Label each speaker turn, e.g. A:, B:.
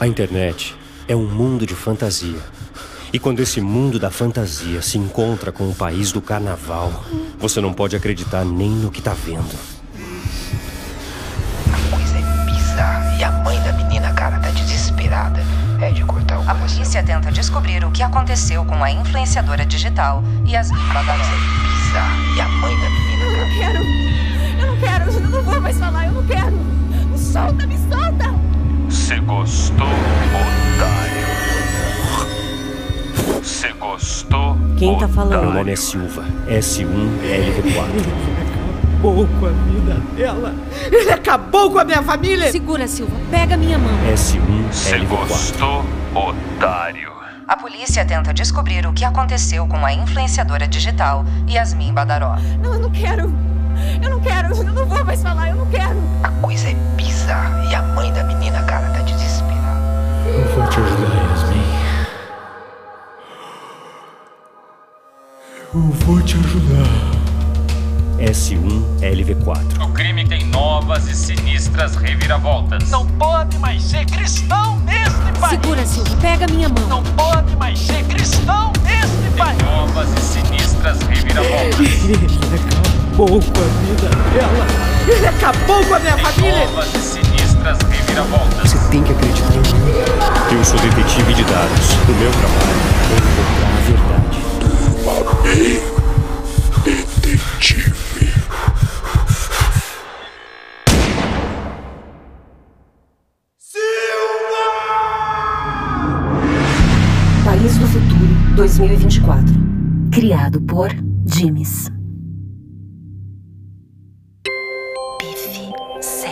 A: A internet é um mundo de fantasia. E quando esse mundo da fantasia se encontra com o país do carnaval, você não pode acreditar nem no que tá vendo.
B: A coisa é bizarra. E a mãe da menina, cara, tá desesperada. É de cortar o
C: A
B: coração.
C: polícia tenta descobrir o que aconteceu com a influenciadora digital e as
B: Coisa
C: vagalumes.
B: é bizarra. E a mãe da menina,
D: Eu
B: cara.
D: não quero! Eu não quero! Eu não vou mais falar! Eu não quero! Me solta, me solta!
E: Se gostou, otário. Se gostou,
F: Quem tá falando?
A: Meu
E: otário.
A: nome é Silva, S1LV4.
G: Acabou com a vida dela. Ele acabou com a minha família.
F: Segura, Silva. Pega minha mão.
E: Se
A: S1LV4.
E: gostou, otário.
C: A polícia tenta descobrir o que aconteceu com a influenciadora digital Yasmin Badaró.
D: Não, eu não quero! Eu não quero! Eu não vou mais falar! Eu não quero!
B: A coisa é bizarra. E a mãe da menina, cara, tá desesperada.
A: S1LV4.
H: O crime tem novas e sinistras reviravoltas.
I: Não pode mais ser cristão neste país.
F: Segura, Silva. Pega minha mão.
I: Não pode mais ser cristão neste
H: tem
I: país.
H: novas e sinistras reviravoltas.
G: Acabou com a vida dela. Ele acabou com a minha
H: Tem
G: família.
H: novas e sinistras reviravoltas.
A: Você tem que acreditar em mim. Eu sou detetive de dados. O meu trabalho é encontrar a verdade.
J: País do Futuro 2024. Criado por Jimis. Bife 7.